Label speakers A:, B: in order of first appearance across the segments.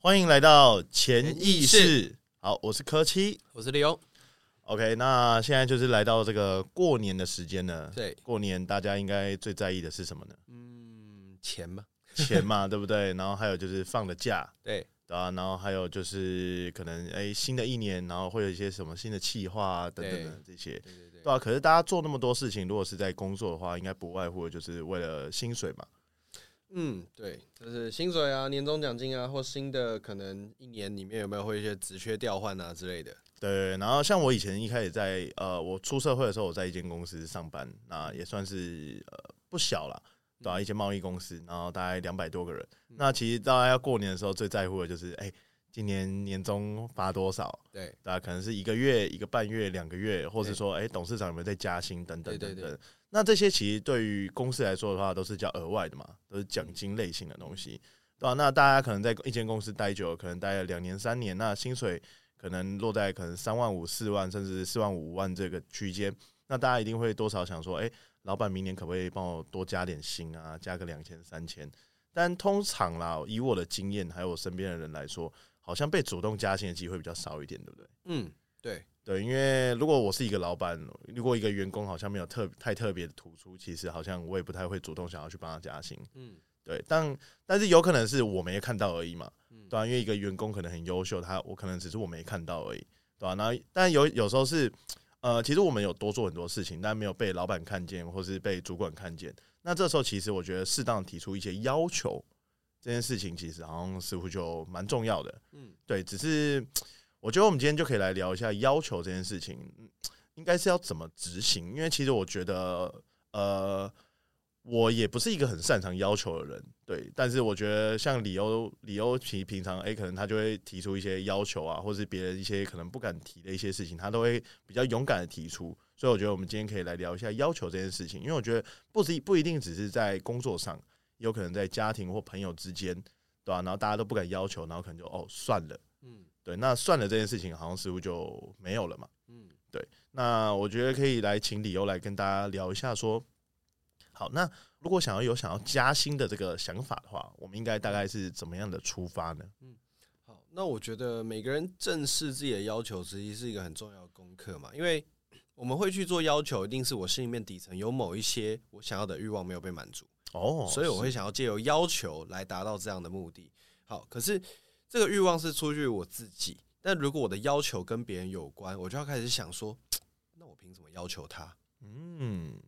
A: 欢迎来到潜意
B: 潜意
A: 识。好，我是柯七。
B: 我是李欧，
A: OK，那现在就是来到这个过年的时间呢。
B: 对，
A: 过年大家应该最在意的是什 么呢？
B: 嗯，钱嘛，
A: 钱嘛，对不对？然后还有就是放的假，
B: 对，
A: 对啊，然后还有就是可能哎、新的一年，然后会有一些什么新的企划啊等等的这些，
B: 对对
A: 对啊。可是大家做那么多事情，如果是在工作的话，应该不外乎就是为了薪水嘛。
B: 嗯，对，就是薪水啊、年终奖金啊，或新的可能一年里面有没有会一些职缺调换啊之类的，
A: 对，然后像我以前一开始在呃，我出社会的时候，我在一间公司上班，那也算是呃不小啦，对啊，一间贸易公司，然后大概两百多个人。那其实大家要过年的时候，最在乎的就是哎、今年年终发多少，
B: 对，
A: 大家可能是一个月、一个半月、两个月，或是
B: 对
A: 说，哎、董事长有没有在加薪等等
B: 对
A: 等
B: 对
A: 等。那这些其实对于公司来说的话，都是叫额外的嘛，都是
B: 嗯
A: 奖金类型的东西，对吧、啊那大家可能在一间公司待久了，可能待了两年、三年，那薪水可能落在可能三万五、四万，甚至四万五、五万这个区间，那大家一定会多少想说，哎、老板明年可不可以帮我多加点薪啊，加个两千、三千？但通常啦，以我的经验还有我身边的人来说，好像被主动加薪的机会比较少一点，对不对？
B: 嗯，对，
A: 对，因为如果我是一个老板，如果一个员工好像没有特太特别的突出，其实好像我也不太会主动想要去帮他加薪。
B: 嗯
A: 对，但但是有可能是我没看到而已嘛，
B: 嗯
A: 对啊，因为一个员工可能很优秀，他我可能只是我没看到而已，对啊，然后但有有时候是，呃，其实我们有多做很多事情，但没有被老板看见，或是被主管看见。那这时候其实我觉得适当提出一些要求，这件事情其实好像似乎就蛮重要的。
B: 嗯
A: 对，只是我觉得我们今天就可以来聊一下要求这件事情，嗯应该是要怎么执行？因为其实我觉得，呃，我也不是一个很擅长要求的人，对。但是我觉得像李欧，李欧其平常，诶，可能他就会提出一些要求啊，或是别人一些可能不敢提的一些事情，他都会比较勇敢的提出。所以我觉得我们今天可以来聊一下要求这件事情，因为我觉得不只不一定只是在工作上，有可能在家庭或朋友之间，对吧、然后大家都不敢要求，然后可能就哦算了。
B: 嗯
A: 对，那算了这件事情好像似乎就没有了嘛。
B: 嗯
A: 那我觉得可以来请理由来跟大家聊一下说，好，那如果想要有想要加薪的这个想法的话，我们应该大概是怎么样的出发呢？
B: 好，那我觉得每个人正视自己的要求，其实是一个很重要的功课嘛，因为我们会去做要求，一定是我心里面底层有某一些我想要的欲望没有被满足。
A: 哦，
B: 所以我会想要借由要求来达到这样的目的。好，可是这个欲望是出于我自己，但如果我的要求跟别人有关，我就要开始想说，那我凭什么要求他？
A: 嗯，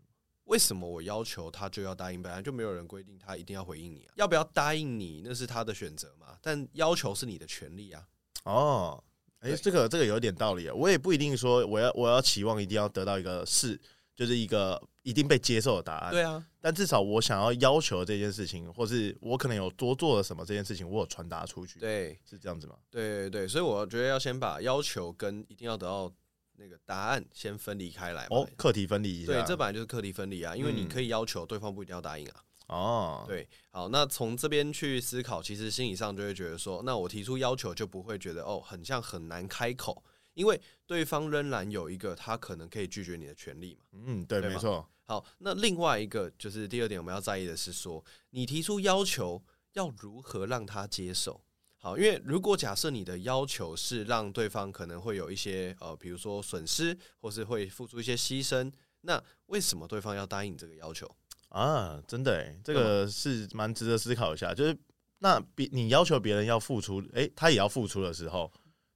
B: 为什么我要求他就要答应？本来就没有人规定他一定要回应你啊，要不要答应你那是他的选择嘛，但要求是你的权利啊。
A: 哦，哎、
B: 对
A: 这个这个有点道理啊，我也不一定说我要我要期望一定要得到一个是，就是一个一定被接受的答案。
B: 对啊，
A: 但至少我想要要求这件事情，或是我可能有多做了什么这件事情，我有传达出去，
B: 对
A: 是这样子吗？
B: 对对对，所以我觉得要先把要求跟一定要得到那个答案先分离开来嘛。
A: 哦，课题分离一下，
B: 对，这本来就是课题分离啊，因为你
A: 嗯
B: 可以要求对方不一定要答应啊。
A: 哦，
B: 对，好，那从这边去思考，其实心理上就会觉得说，那我提出要求就不会觉得哦，很像很难开口，因为对方仍然有一个他可能可以拒绝你的权利嘛。
A: 嗯，对，
B: 对
A: 没
B: 吗
A: 错，
B: 好，那另外一个就是第二点，我们要在意的是说，你提出要求要如何让他接受。好，因为如果假设你的要求是让对方可能会有一些呃，比如说损失，或是会付出一些牺牲，那为什么对方要答应你这个要求？
A: 啊，真的欸，这个是蛮值得思考一下。就是那别你要求别人要付出，诶，他也要付出的时候，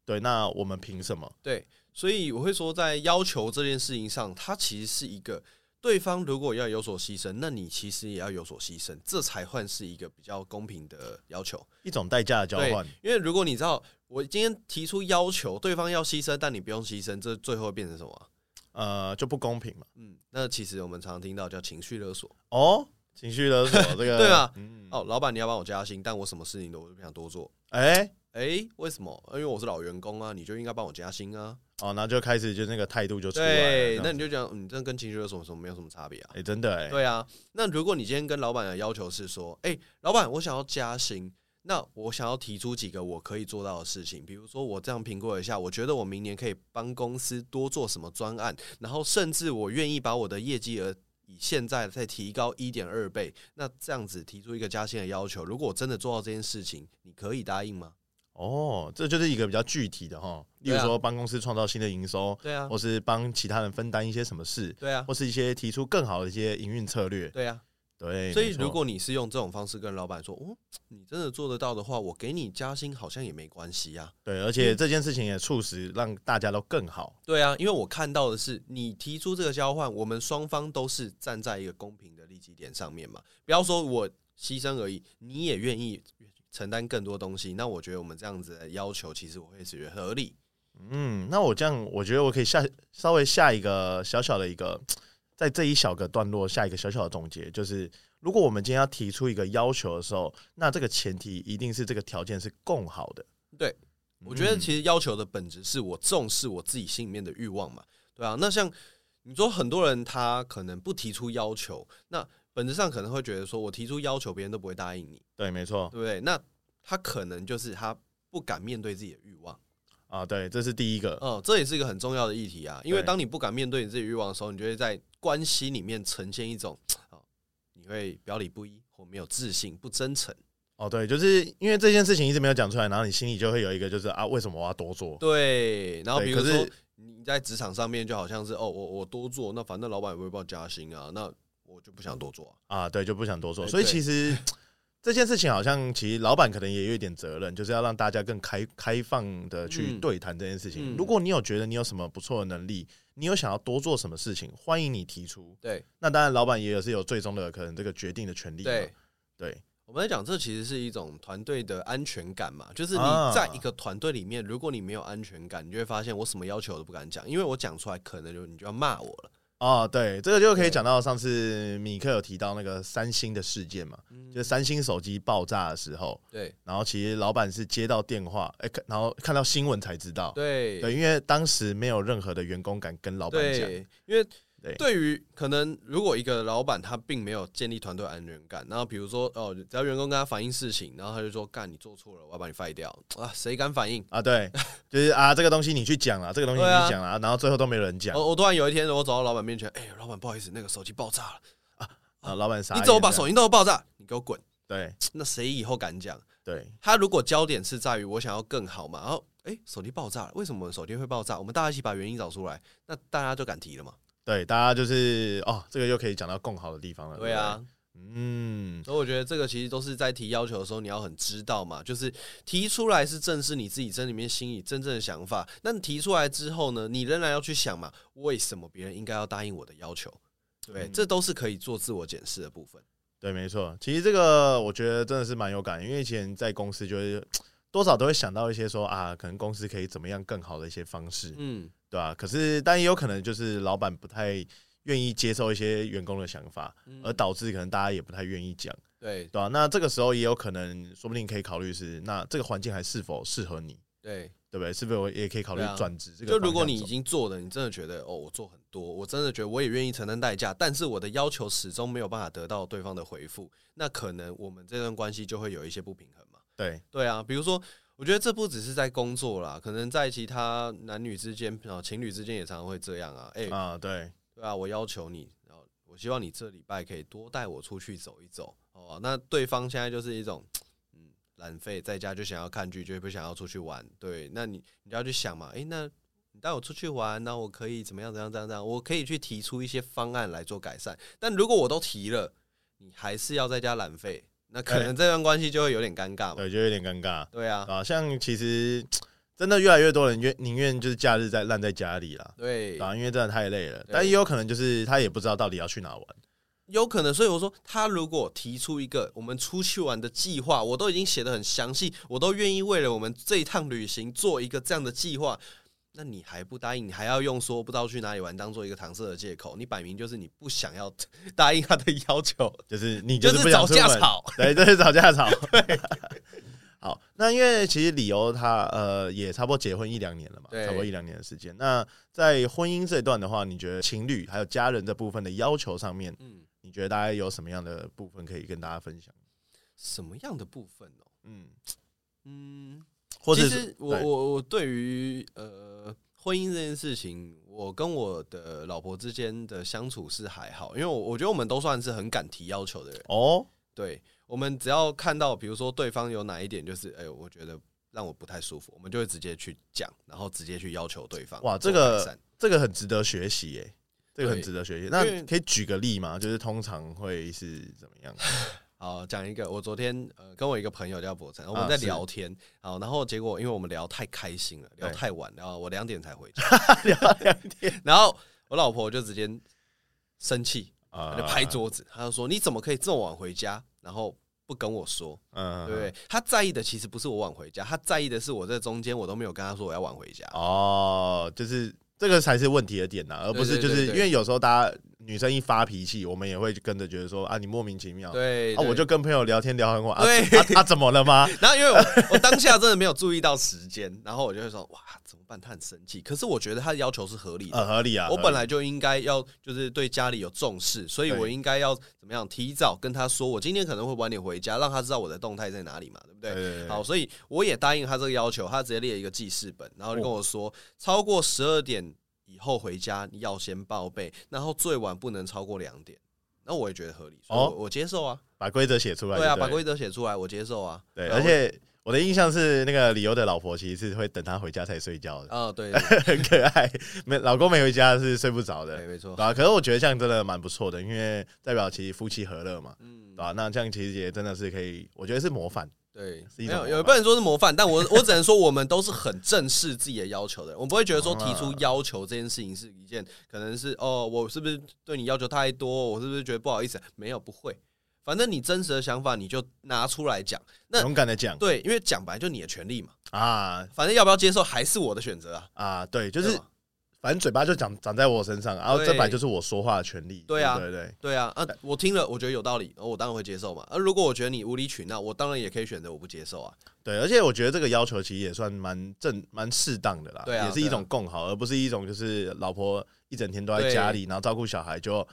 A: 对，那我们凭什么？
B: 对，所以我会说，在要求这件事情上，它其实是一个对方如果要有所牺牲，那你其实也要有所牺牲，这才算是一个比较公平的要求。
A: 一种代价的交
B: 对
A: 换，
B: 因为如果你知道我今天提出要求，对方要牺牲，但你不用牺牲，这最后会变成什么啊？
A: 呃，就不公平嘛。
B: 嗯，那其实我们常听到叫情绪勒索。
A: 哦，情绪勒 索这个，
B: 对啊
A: 嗯，
B: 哦，老板你要帮我加薪，但我什么事情都不想多做。
A: 哎，
B: 诶，为什么？因为我是老员工啊，你就应该帮我加薪啊。
A: 哦，那就开始就那个态度就出来了这
B: 对，
A: 样
B: 那
A: 子
B: 你就讲，嗯，这跟情绪勒索有什么没有什么差别啊？
A: 哎，真的哎，
B: 对啊，那如果你今天跟老板的要求是说，哎、老板，我想要加薪，那我想要提出几个我可以做到的事情，比如说我这样评估了一下，我觉得我明年可以帮公司多做什么专案，然后甚至我愿意把我的业绩额。以现在再提高一点二倍，那这样子提出一个加薪的要求，如果我真的做到这件事情，你可以答应吗？
A: 哦，这就是一个比较具体的哈，例如
B: 对啊
A: 说帮公司创造新的营收，
B: 对啊，
A: 或是帮其他人分担一些什么事，
B: 对啊，
A: 或是一些提出更好的一些营运策略。
B: 对啊。
A: 对，
B: 所以
A: 没错
B: 如果你是用这种方式跟老板说，哦，你真的做得到的话，我给你加薪好像也没关系啊呀、
A: 对，而且这件事情也促使让大家都更好。
B: 对啊，因为我看到的是你提出这个交换，我们双方都是站在一个公平的利己点上面嘛。不要说我牺牲而已，你也愿意承担更多东西，那我觉得我们这样子的要求，其实我会觉得合理。
A: 嗯，那我这样，我觉得我可以下稍微下一个小小的一个，在这一小个段落下一个小小的总结，就是如果我们今天要提出一个要求的时候，那这个前提一定是这个条件是共好的。
B: 对，我觉得
A: 嗯
B: 其实要求的本质是我重视我自己心里面的欲望嘛，对啊。那像你说很多人他可能不提出要求，那本质上可能会觉得说我提出要求别人都不会答应你，
A: 对，没错
B: 对不对？那他可能就是他不敢面对自己的欲望，
A: 啊，对，这是第一个。
B: 嗯，这也是一个很重要的议题啊。因为
A: 对
B: 当你不敢面对你自己的欲望的时候，你就会在关系里面呈现一种，哦你会表里不一或没有自信、不真诚。
A: 哦，对，就是因为这件事情一直没有讲出来，然后你心里就会有一个就是啊，为什么我要多做？
B: 对，然后比
A: 对
B: 如
A: 可是
B: 说你在职场上面就好像是哦，我我多做，那反正老板也不会帮我加薪啊，那我就不想多做、啊。
A: 啊，对，就不想多做。
B: 对
A: 所以
B: 对
A: 其 实这件事情好像，其实老板可能也有一点责任，就是要让大家更开开放的去
B: 嗯
A: 对谈这件事情。
B: 嗯
A: 如果你有觉得你有什么不错的能力，你有想要多做什么事情，欢迎你提出。
B: 对
A: 那当然，老板也有是有最终的可能这个决定的权利嘛。
B: 对，
A: 对
B: 我们在讲这其实是一种团队的安全感嘛，就是你
A: 啊
B: 在一个团队里面，如果你没有安全感，你就会发现我什么要求我都不敢讲，因为我讲出来可能就你就要骂我了。
A: 哦，对，这个就可以
B: 对
A: 讲到上次米克有提到那个三星的事件嘛，
B: 嗯
A: 就是三星手机爆炸的时候，
B: 对
A: 然后其实老板是接到电话，哎、看然后看到新闻才知道。
B: 对
A: 对，因为当时没有任何的员工敢跟老板讲。
B: 对，因为
A: 对
B: 对于可能如果一个老板他并没有建立团队安全感，然后比如说哦，只要员工跟他反映事情，然后他就说干你做错了，我要把你 fire 掉啊，谁敢反应？
A: 啊，对， 就是啊，这个东西你去讲啊，这个东西你
B: 对啊哦
A: 去讲啊，然后最后都没有人讲
B: 我我突然有一天我走到老板面前，哎、老板不好意思，那个手机爆炸了，
A: 啊，老板傻眼
B: 你
A: 这样，
B: 怎么把手机弄到爆炸？你给我滚！
A: 对
B: 那谁以后敢讲？
A: 对
B: 他如果焦点是在于我想要更好嘛，然后哎、手机爆炸了，为什么手机会爆炸？我们大家一起把原因找出来，那大家就敢提了嘛？
A: 对，大家就是哦，这个又可以讲到更好的地方了。
B: 对啊，
A: 对不对，嗯，
B: 所以我觉得这个其实都是在提要求的时候，你要很知道嘛，就是提出来是正视你自己真里面心里真正的想法。那你提出来之后呢，你仍然要去想嘛，为什么别人应该要答应我的要求？对不对，
A: 嗯
B: 这都是可以做自我检视的部分。
A: 对，没错。其实这个我觉得真的是蛮有感，因为以前在公司就是多少都会想到一些说啊，可能公司可以怎么样更好的一些方式，
B: 嗯，
A: 对吧、啊可是但也有可能就是老板不太愿意接受一些员工的想法，
B: 嗯
A: 而导致可能大家也不太愿意讲。
B: 对
A: 对啊，那这个时候也有可能，说不定可以考虑是那这个环境还是否适合你，
B: 对，
A: 对不对？是不是我也可以考虑
B: 对啊
A: 转职这个
B: 就
A: 方向走？
B: 如果你已经做了，你真的觉得哦，我做很多，我真的觉得我也愿意承担代价，但是我的要求始终没有办法得到对方的回复，那可能我们这段关系就会有一些不平衡嘛。
A: 对
B: 对啊，比如说，我觉得这不只是在工作啦，可能在其他男女之间啊，情侣之间也常常会这样啊。哎、
A: 啊，对
B: 对啊，我要求你，然后我希望你这礼拜可以多带我出去走一走哦。那对方现在就是一种，嗯，懒废，在家就想要看剧，就不想要出去玩。对，那你你就要去想嘛，诶，那你带我出去玩，那我可以怎么样怎么样怎么样怎么样，我可以去提出一些方案来做改善。但如果我都提了，你还是要在家懒废，那可能这段关系就会有点尴尬嘛。
A: 对，就有点尴尬
B: 对啊，
A: 啊。像其实真的越来越多人愿宁愿就是假日在烂在家里啦，
B: 对
A: 对，啊，因为真的太累了。但也有可能就是他也不知道到底要去哪玩，
B: 有可能，所以我说他如果提出一个我们出去玩的计划，我都已经写的很详细，我都愿意为了我们这一趟旅行做一个这样的计划，那你还不答应，你还要用说不知道去哪里玩当做一个搪塞的借口，你摆明就是你不想要答应他的要求，
A: 就是 你
B: 就是
A: 不
B: 是
A: 想
B: 找
A: 出
B: 架
A: 门，
B: 吵。
A: 对，这是吵架吵。 好，那因为其实理由他呃也差不多结婚一两年了嘛，
B: 对
A: 差不多一两年的时间。那在婚姻这段的话，你觉得情侣还有家人这部分的要求上面，
B: 嗯，
A: 你觉得大概有什么样的部分可以跟大家分享？
B: 什么样的部分哦？
A: 嗯，
B: 嗯，
A: 或
B: 其
A: 者
B: 实
A: 是
B: 我
A: 对
B: 我我对于呃婚姻这件事情，我跟我的老婆之间的相处是还好，因为我我觉得我们都算是很敢提要求的人。
A: 哦，
B: 对我们只要看到，比如说对方有哪一点，就是哎、呦我觉得让我不太舒服，我们就会直接去讲，然后直接去要求对方。
A: 哇这个这个很值得学习耶、这个很值得学习。那
B: 因为
A: 可以举个例吗？就是通常会是怎么 样？
B: 好，讲一个，我昨天呃跟我一个朋友叫博成，我们
A: 啊
B: 在
A: 是
B: 聊天，好，然后结果因为我们聊太开心了，聊
A: 对
B: 太晚，然后我两点才回家，
A: 聊两天
B: 然后我老婆就直接生气，
A: 啊
B: 她就拍，桌子，她就说你怎么可以这么晚回家，然后不跟我说，
A: 嗯
B: 对不对？她在意的其实不是我晚回家，她在意的是我在中间我都没有跟她说我要晚回家，
A: 哦，就是这个才是问题的点呐、而不是
B: 对对
A: 就
B: 对
A: 是
B: 对
A: 因为有时候大家女生一发脾气，我们也会跟着觉得说啊，你莫名其妙。
B: 对，
A: 啊，
B: 对
A: 我就跟朋友聊天聊很晚，啊
B: 对
A: 啊啊怎么了吗？
B: 然后因为我我当下真的没有注意到时间，然后我就会说哇怎么办？她很生气，可是我觉得她的要求是合理的，
A: 呃，合理啊。 合
B: 我
A: 理
B: 本来就应该要就是对家里有重视，所以
A: 对
B: 我应该要怎么样提早跟他说，我今天可能会晚点回家，让他知道我的动态在哪里嘛，对不对？
A: 对对对
B: 好，所以我也答应他这个要求，他直接列一个记事本，然后就
A: 哦
B: 跟我说，超过十二点以后回家你要先报备，然后最晚不能超过两点。那我也觉得合理，所以我,、
A: 哦
B: 我接受啊，
A: 把规则写出来就
B: 对
A: 对
B: 啊，
A: 了。
B: 把规则写出来，我接受啊，
A: 对，
B: 啊
A: 而且我的印象是那个理由的老婆其实是会等他回家才睡觉的，
B: 啊、对对对
A: 很可爱。没老公没回家是睡不着的
B: 对，，没 错
A: 对，啊，可是我觉得这样真的蛮不错的，因为代表其实夫妻和乐嘛，
B: 嗯
A: 对。吧、那这样其实也真的是可以，我觉得是模范。
B: 对，
A: 是
B: 没
A: 一种
B: 有
A: 模
B: 有
A: 范
B: 不能说是模范，但我我只能说我们都是很正视自己的要求的人，我不会觉得说提
A: 啊
B: 出要求这件事情是一件可能是哦，我是不是对你要求太多，我是不是觉得不好意思？没有，不会，反正你真实的想法你就拿出来讲。那
A: 勇敢的讲
B: 对，因为讲白就你的权利嘛，
A: 啊
B: 反正要不要接受还是我的选择啊。
A: 啊，对，就是
B: 对吧
A: 反正嘴巴就长长在我身上，然后
B: 对
A: 这版就是我说话的权利。
B: 对啊
A: 对对
B: 对啊，啊，我听了我觉得有道理，哦我当然会接受嘛。啊，如果我觉得你无理取闹，我当然也可以选择我不接受啊。
A: 对，而且我觉得这个要求其实也算蛮正、蛮适当的啦，
B: 对啊
A: 也是一
B: 对
A: 种
B: 啊
A: 共好，而不是一种就是老婆一整天都在
B: 对
A: 家里，然后照顾小孩就。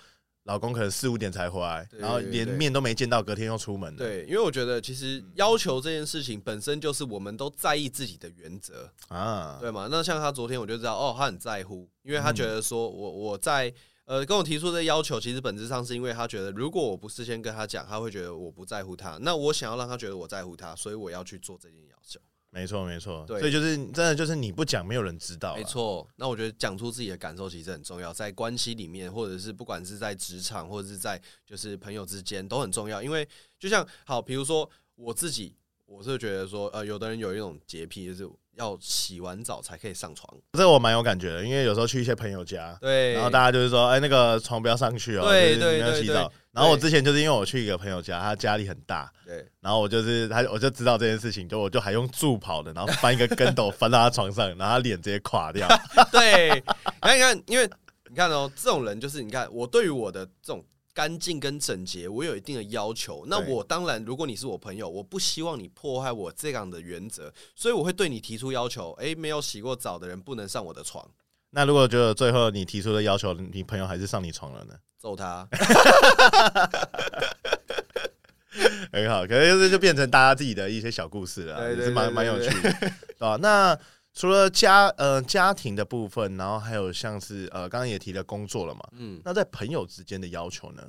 A: 老公可能四五点才回来，
B: 对
A: 然后
B: 对
A: 连
B: 对
A: 面都没见到，隔天又出门了。
B: 对，因为我觉得其实
A: 嗯
B: 要求这件事情本身就是我们都在意自己的原则。
A: 啊，
B: 对嘛？那像他昨天我就知道，哦，他很在乎，因为他觉得说我我在呃跟我提出的要求，其实本质上是因为他觉得，如果我不事先跟他讲，他会觉得我不在乎他。那我想要让他觉得我在乎他，所以我要去做这件要求。
A: 没错没错。
B: 对
A: 所以就是真的就是你不讲，没有人知道啦。
B: 没错。那我觉得讲出自己的感受其实很重要，在关系里面，或者是不管是在职场，或者是在就是朋友之间都很重要。因为就像好，比如说我自己，我是觉得说，呃，有的人有一种洁癖，就是要洗完澡才可以上床。
A: 这个我蛮有感觉的，因为有时候去一些朋友家，
B: 对，
A: 然后大家就是说，哎，那个床不要上去哦，
B: 对
A: 就是
B: 对
A: 没有
B: 对
A: 洗
B: 对
A: 澡。然后我之前就是因为我去一个朋友家，他家里很大，
B: 对。
A: 然后我就是他，我就知道这件事情，就我就还用助跑的，然后翻一个跟斗翻到他床上，然后他脸直接垮 掉。
B: 对，你看，你看，因为你看哦，这种人就是你看，我对于我的这种干净跟整洁，我有一定的要求。那
A: 对
B: 我当然，如果你是我朋友，我不希望你破坏我这样的原则，所以我会对你提出要求。诶，没有洗过澡的人不能上我的床，
A: 那如果觉得最后你提出的要求，你朋友还是上你床了呢？
B: 揍他。
A: 很哎好，可能就是就变成大家自己的一些小故事了啊，
B: 对
A: 也
B: 对
A: 是蛮
B: 对
A: 蛮有
B: 对
A: 趣的， 对吧、那除了家呃家庭的部分，然后还有像是呃刚刚也提了工作了嘛，
B: 嗯，
A: 那在朋友之间的要求呢，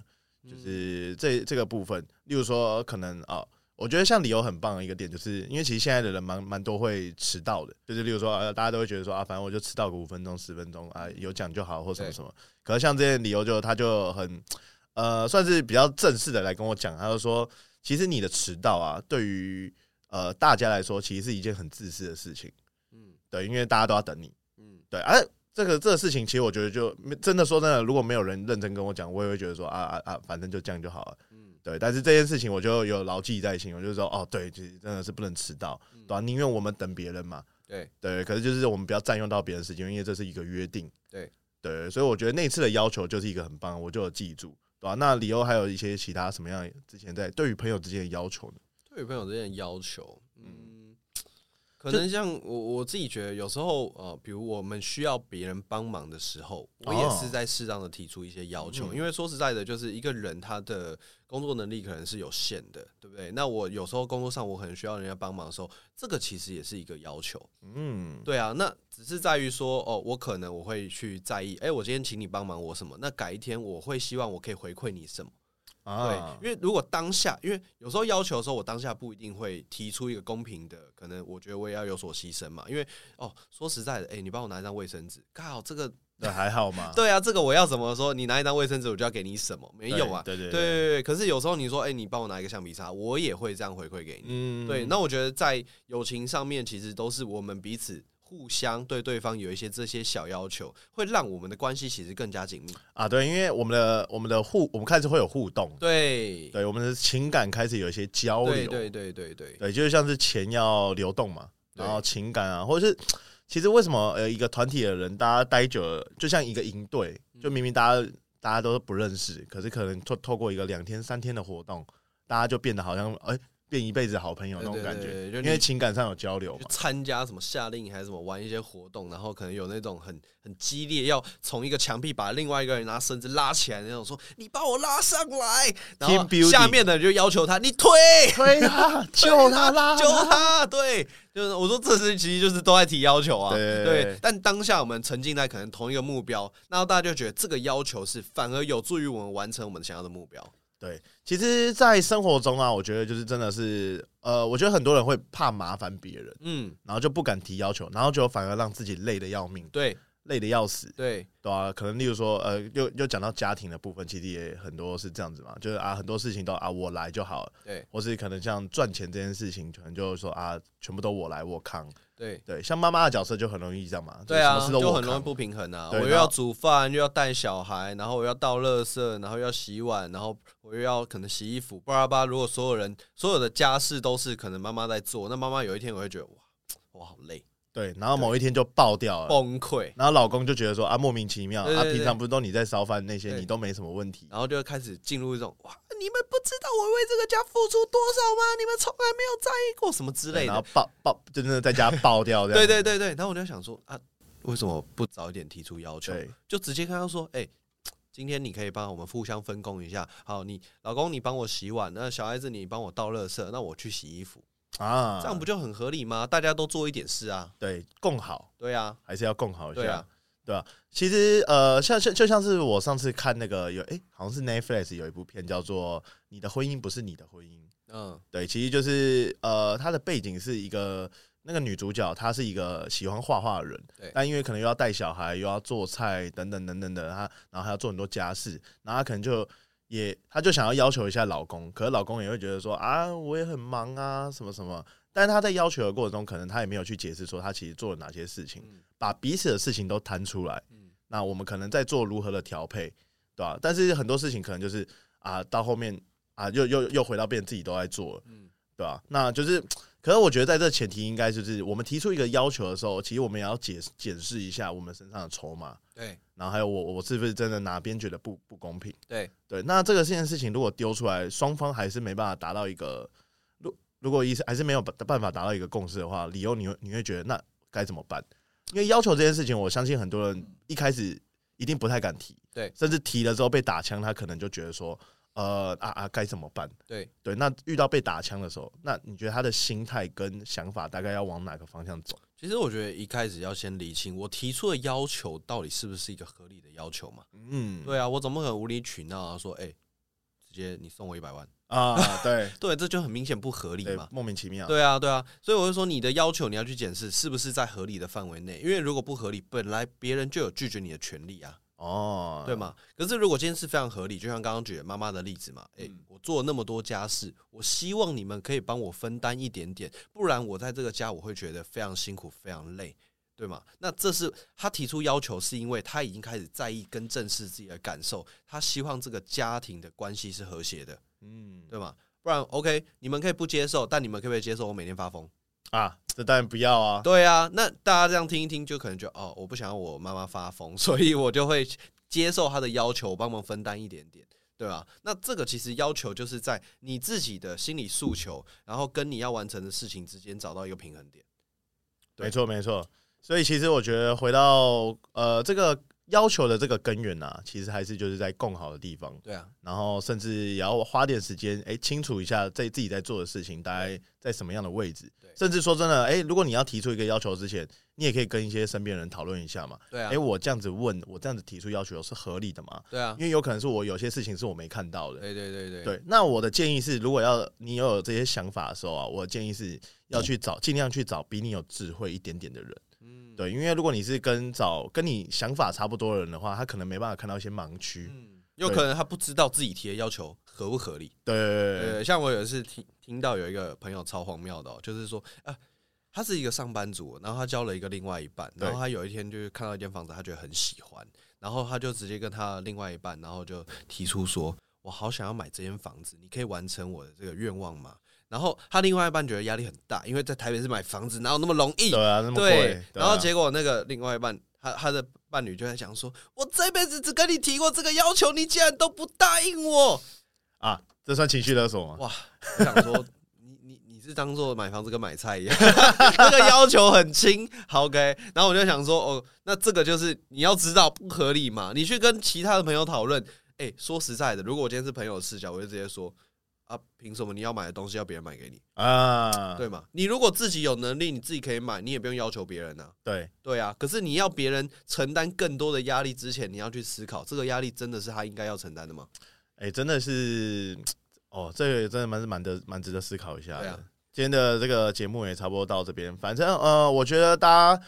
A: 就是这这个部分，例如说可能啊、我觉得像理由很棒的一个点，就是因为其实现在的人蛮蛮多会迟到的，就是例如说呃大家都会觉得说啊，反正我就迟到个五分钟十分钟啊，有讲就好或什么
B: 嗯对
A: 什么。可是像这些理由就他就很呃算是比较正式的来跟我讲，他就说其实你的迟到啊，对于呃大家来说其实是一件很自私的事情，
B: 嗯
A: 对，因为大家都要等你。
B: 嗯
A: 对，而、这个这个事情，其实我觉得就真的说真的，如果没有人认真跟我讲，我也会觉得说啊啊啊，反正就这样就好了。
B: 嗯
A: 对，但是这件事情我就有牢记在心，我就说哦，对，其实真的是不能迟到，
B: 嗯
A: 对吧、宁愿我们等别人嘛，
B: 对
A: 对。可是就是我们不要占用到别人时间，因为这是一个约定。
B: 对
A: 对，所以我觉得那次的要求就是一个很棒，我就有记住，对吧、啊那理由还有一些其他什么样之前在对于朋友之间的要求呢？
B: 对于朋友之间的要求，嗯，可能像我我自己觉得，有时候呃，比如我们需要别人帮忙的时候，我也
A: 哦
B: 是在适当的提出一些要求，
A: 嗯
B: 因为说实在的，就是一个人他的工作能力可能是有限的，对不对？那我有时候工作上我很需要人家帮忙的时候，这个其实也是一个要求，
A: 嗯，
B: 对啊，那只是在于说，哦，我可能我会去在意，哎、我今天请你帮忙我什么？那改一天我会希望我可以回馈你什么？
A: 啊，
B: 对，因为如果当下，因为有时候要求的时候，我当下不一定会提出一个公平的，可能我觉得我也要有所牺牲嘛。因为哦，说实在的，哎、你帮我拿一张卫生纸，靠，这个
A: 那还好嘛，
B: 对啊，这个我要怎么说？你拿一张卫生纸，我就要给你什么？没有啊，
A: 对对
B: 对对对。可是有时候你说，哎、你帮我拿一个橡皮擦，我也会这样回馈给你。
A: 嗯
B: 对，那我觉得在友情上面，其实都是我们彼此互相对对方有一些这些小要求，会让我们的关系其实更加紧密。
A: 啊，对，因为我们的我们的互我们开始会有互动，
B: 对，
A: 对，我们的情感开始有一些交流，
B: 对对对对对，
A: 对，就是像是钱要流动嘛，
B: 对
A: 然后情感啊，或者是其实为什么呃一个团体的人，大家待久了，就像一个营队，就明明大家大家都不认识，可是可能透透过一个两天三天的活动，大家就变得好像哎、变一辈子好朋友那种
B: 对
A: 感
B: 对
A: 觉，
B: 对对就
A: 因
B: 你
A: 为情感上有交流
B: 去
A: 嘛。
B: 参加什么夏令营还是什么玩一些活动，然后可能有那种很很激烈，要从一个墙壁把另外一个人拿绳子拉起来的那种，说你把我拉上来， 然
A: Team
B: 后
A: building
B: 下面的人就要求他你推。
A: 推他， 救他啦！
B: 啊救他！对，就是我说，这是其实就是都在提要求啊。
A: 对
B: 但当下我们沉浸在可能同一个目标，然后大家就觉得这个要求是反而有助于我们完成我们想要的目标。
A: 对，其实，在生活中啊，我觉得就是真的是，呃，我觉得很多人会怕麻烦别人，
B: 嗯，
A: 然后就不敢提要求，然后就反而让自己累得要命，
B: 对
A: 累得要死。
B: 对
A: 对啊，可能例如说，呃，又又讲到家庭的部分，其实也很多是这样子嘛，就是啊，很多事情都啊我来就好了，
B: 对
A: 或是可能像赚钱这件事情，可能就是说啊，全部都我来我扛。
B: 对
A: 对，像妈妈的角色就很容易这样嘛，
B: 对啊，
A: 就什么事都
B: 就
A: 我
B: 很容易
A: 扛。
B: 不平衡啊！我
A: 对
B: 又
A: 然后
B: 要煮饭，又要带小孩，然后我要倒垃圾，然后又要洗碗，然后我又要可能洗衣服，巴拉巴拉。如果所有人所有的家事都是可能妈妈在做，那妈妈有一天我会觉得哇，我好累，
A: 对，然后某一天就爆掉了，
B: 崩溃。
A: 然后老公就觉得说啊，莫名其妙
B: 对对
A: 啊，
B: 对
A: 平常不是都你在烧饭那些，
B: 对
A: 你都没什么问题。
B: 然后就开始进入一种哇，你们不知道我为这个家付出多少吗？你们从来没有在意过什么之
A: 对
B: 类
A: 然
B: 的
A: 后。爆爆，就真的在家爆掉这样。
B: 对对对对，然后我就想说啊，为什么不早一点提出要求？
A: 对
B: 就直接跟他说，哎、今天你可以帮我们互相分工一下。好，你老公你帮我洗碗，那小孩子你帮我倒垃圾，那我去洗衣服，
A: 啊，
B: 这样不就很合理吗？大家都做一点事啊，
A: 对共好，
B: 对啊，
A: 还是要共好一
B: 对
A: 下
B: 啊。，
A: 对啊，其实呃，像像就像是我上次看那个有诶，好像是 Netflix 有一部片叫做《你的婚姻不是你的婚姻》。
B: 嗯
A: 对，其实就是呃，它的背景是一个那个女主角，她是一个喜欢画画的人
B: 对，
A: 但因为可能又要带小孩，又要做菜等等等等的，她然后还要做很多家事，然后她可能就也她就想要要求一下老公，可是老公也会觉得说啊，我也很忙啊，什么什么。但是她在要求的过程中，可能她也没有去解释说她其实做了哪些事情，
B: 嗯
A: 把彼此的事情都摊出来。
B: 嗯，
A: 那我们可能在做如何的调配，对吧、但是很多事情可能就是啊，到后面啊，又又又回到变成自己都在做了，
B: 嗯
A: 嗯，对吧、那就是，可是我觉得在这前提应该就是我们提出一个要求的时候，其实我们也要解检视一下我们身上的筹码，
B: 对
A: 然后还有我我是不是真的哪边觉得不不公平？
B: 对
A: 对，那这个这件事情如果丢出来，双方还是没办法达到一个，如如果一是还是没有办法达到一个共识的话，理由你会你会觉得那该怎么办？因为要求这件事情，我相信很多人一开始一定不太敢提，
B: 对
A: 甚至提了之后被打枪，他可能就觉得说，呃啊啊该怎么办？
B: 对，
A: 对，那遇到被打枪的时候，那你觉得他的心态跟想法大概要往哪个方向走？
B: 其实我觉得一开始要先理清我提出的要求到底是不是一个合理的要求嘛。
A: 嗯，
B: 对啊，我怎么可能无理取闹啊？说哎、直接你送我一百万，
A: 啊，对
B: 对，这就很明显不合理
A: 对
B: 嘛，。
A: 莫名其妙，
B: 对啊，对啊，所以我就说你的要求你要去检视是不是在合理的范围内，因为如果不合理，本来别人就有拒绝你的权利啊，
A: 哦，
B: 对？吗？可是如果今天是非常合理，就像刚刚举的妈妈的例子嘛，诶、我做了那么多家事，我希望你们可以帮我分担一点点，不然我在这个家我会觉得非常辛苦，非常累。对吗？那这是他提出要求，是因为他已经开始在意跟正视自己的感受，他希望这个家庭的关系是和谐的，
A: 嗯
B: 对吗？不然，OK，你们可以不接受，但你们可不可以接受我每天发疯？
A: 啊，这当然不要啊，
B: 对啊，那大家这样听一听，就可能就哦，我不想要我妈妈发疯， 所以我就会接受她的要求，帮忙分担一点点，对啊，那这个其实要求就是在你自己的心理诉求，然后跟你要完成的事情之间找到一个平衡点。对
A: 没错，没错。所以其实我觉得回到呃这个要求的这个根源啊，其实还是就是在共好的地方，
B: 对啊，
A: 然后甚至也要花点时间，哎、清楚一下在自己在做的事情大概在什么样的位置
B: 对，
A: 甚至说真的，哎、如果你要提出一个要求之前，你也可以跟一些身边人讨论一下嘛，
B: 对啊
A: 哎、，我这样子问，我这样子提出要求是合理的吗？
B: 对啊
A: 因，为有可能是我有些事情是我没看到的，
B: 对对对对
A: 对，那我的建议是，如果要你有这些想法的时候啊，我的建议是要去找，尽量去找比你有智慧一点点的人。
B: 嗯，
A: 对，因为如果你是跟找跟你想法差不多的人的话，他可能没办法看到一些盲区。
B: 嗯，有可能他不知道自己提的要求合不合理。
A: 对对对对
B: 呃，像我有一次听听到有一个朋友超荒谬的、哦，就是说啊，他是一个上班族，然后他交了一个另外一半，
A: 对
B: 然后他有一天就是看到一间房子，他觉得很喜欢，然后他就直接跟他另外一半，然后就提出说，我好想要买这间房子，你可以完成我的这个愿望吗？然后他另外一半觉得压力很大，因为在台北市买房子哪有那么容易？
A: 对啊，那么贵。
B: 对，
A: 对
B: 然后
A: 啊
B: 结果那个另外一半，他他的伴侣就在讲说，我这辈子只跟你提过这个要求，你竟然都不答应我，
A: 啊，这算情绪勒索吗？
B: 哇！我想说，你你你是当做买房子跟买菜一样， 那个要求很轻，好 OK。然后我就想说，哦，那这个就是你要知道不合理嘛，你去跟其他的朋友讨论。哎、说实在的，如果我今天是朋友的视角，我就直接说。啊，凭什么你要买的东西要别人买给你，
A: 啊，
B: 对吗？你如果自己有能力，你自己可以买，你也不用要求别人啊。
A: 对
B: 对啊，可是你要别人承担更多的压力之前，你要去思考，这个压力真的是他应该要承担的吗？
A: 哎、真的是，哦，这个真的蛮是蛮的蛮值得思考一下
B: 对
A: 的。
B: 啊
A: 今天的这个节目也差不多到这边，反正呃，我觉得大家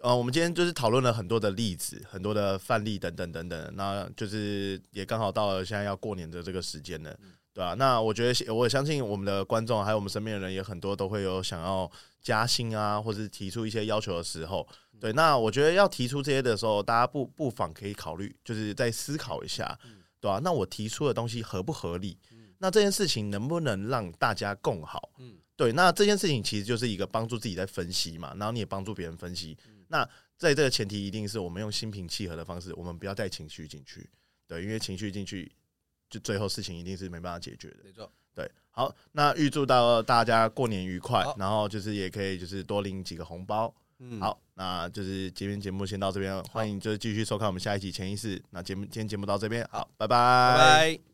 A: 呃，我们今天就是讨论了很多的例子、很多的范例等等等等，那就是也刚好到了现在要过年的这个时间
B: 嗯
A: 了。对啊，那我觉得我相信我们的观众还有我们身边的人也很多都会有想要加薪啊，或是提出一些要求的时候。
B: 嗯
A: 对，那我觉得要提出这些的时候，大家不不妨可以考虑，就是再思考一下。对啊，那我提出的东西合不合理？那这件事情能不能让大家共好？
B: 嗯
A: 对，那这件事情其实就是一个帮助自己在分析嘛，然后你也帮助别人分析。
B: 嗯
A: 那在这个前提，一定是我们用心平气和的方式，我们不要带情绪进去。对，因为情绪进去，就最后事情一定是没办法解决的。
B: 没错，
A: 对，好，那预祝到大家过年愉快
B: 好，
A: 然后就是也可以就是多领几个红包。
B: 嗯，
A: 好，那就是今天节目先到这边，欢迎就是继续收看我们下一期前一世。那节目今天节目到这边，好，拜
B: 拜拜。